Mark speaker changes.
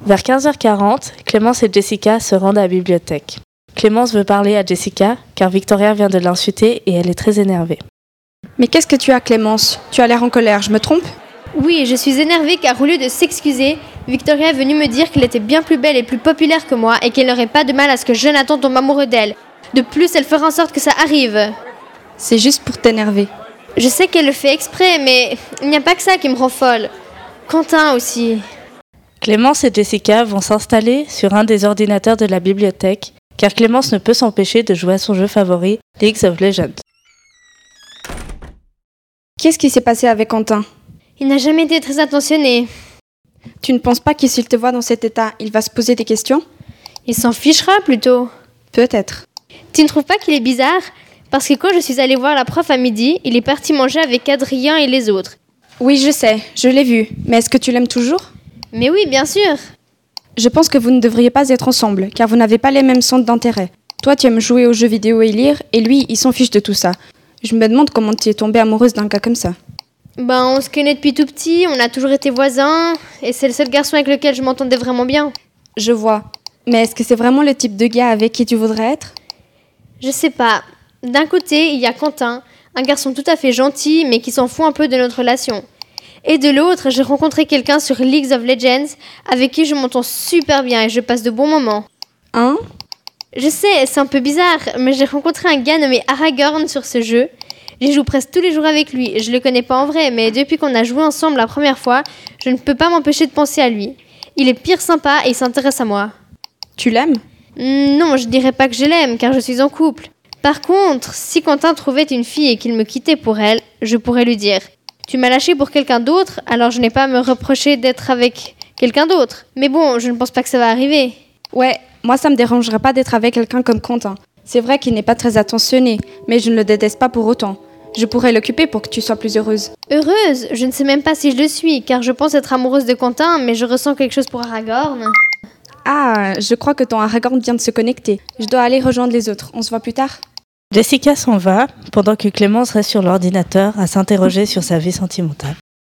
Speaker 1: Vers 15h40, Clémence et Jessica se rendent à la bibliothèque. Clémence veut parler à Jessica car Victoria vient de l'insulter et elle est très énervée.
Speaker 2: Mais qu'est-ce que tu as, Clémence Tu as l'air en colère, je me trompe
Speaker 3: Oui, je suis énervée car au lieu de s'excuser, Victoria est venue me dire qu'elle était bien plus belle et plus populaire que moi et qu'elle n'aurait pas de mal à ce que Jonathan tombe amoureux d'elle. De plus, elle fera en sorte que ça arrive.
Speaker 2: C'est juste pour t'énerver.
Speaker 3: Je sais qu'elle le fait exprès, mais il n'y a pas que ça qui me rend folle. Quentin aussi.
Speaker 1: Clémence et Jessica vont s'installer sur un des ordinateurs de la bibliothèque car Clémence ne peut s'empêcher de jouer à son jeu favori, League of Legends.
Speaker 2: Qu'est-ce qui s'est passé avec Quentin
Speaker 3: Il n'a jamais été très attentionné.
Speaker 2: Tu ne penses pas que s'il te voit dans cet état, il va se poser des questions
Speaker 3: Il s'en fichera plutôt.
Speaker 2: Peut-être.
Speaker 3: Tu ne trouves pas qu'il est bizarre Parce que quand je suis allée voir la prof à midi, il est parti manger avec Adrien et les autres.
Speaker 2: Oui, je sais, je l'ai vu. Mais est-ce que tu l'aimes toujours
Speaker 3: Mais oui, bien sûr.
Speaker 2: Je pense que vous ne devriez pas être ensemble, car vous n'avez pas les mêmes centres d'intérêt. Toi, tu aimes jouer aux jeux vidéo et lire, et lui, il s'en fiche de tout ça. Je me demande comment tu es tombée amoureuse d'un gars comme ça.
Speaker 3: Ben, on se connaît depuis tout petit, on a toujours été voisins, et c'est le seul garçon avec lequel je m'entendais vraiment bien.
Speaker 2: Je vois. Mais est-ce que c'est vraiment le type de gars avec qui tu voudrais être
Speaker 3: Je sais pas. D'un côté, il y a Quentin, un garçon tout à fait gentil, mais qui s'en fout un peu de notre relation. Et de l'autre, j'ai rencontré quelqu'un sur League of Legends avec qui je m'entends super bien et je passe de bons moments.
Speaker 2: Hein
Speaker 3: Je sais, c'est un peu bizarre, mais j'ai rencontré un gars nommé Aragorn sur ce jeu. J'y joue presque tous les jours avec lui. Je le connais pas en vrai, mais depuis qu'on a joué ensemble la première fois, je ne peux pas m'empêcher de penser à lui. Il est pire sympa et il s'intéresse à moi.
Speaker 2: Tu l'aimes
Speaker 3: Hmm, Non, je dirais pas que je l'aime, car je suis en couple. Par contre, si Quentin trouvait une fille et qu'il me quittait pour elle, je pourrais lui dire Tu m'as lâché pour quelqu'un d'autre, alors je n'ai pas à me reprocher d'être avec quelqu'un d'autre. Mais bon, je ne pense pas que ça va arriver.
Speaker 2: Ouais, moi ça me dérangerait pas d'être avec quelqu'un comme Quentin. C'est vrai qu'il n'est pas très attentionné, mais je ne le déteste pas pour autant. Je pourrais l'occuper pour que tu sois plus heureuse.
Speaker 3: Heureuse, je ne sais même pas si je le suis, car je pense être amoureuse de Quentin, mais je ressens quelque chose pour Aragorn.
Speaker 2: Ah, je crois que ton Aragorn vient de se connecter. Je dois aller rejoindre les autres. On se voit plus tard
Speaker 1: Jessica s'en va pendant que Clémence reste sur l'ordinateur à s'interroger sur sa vie sentimentale.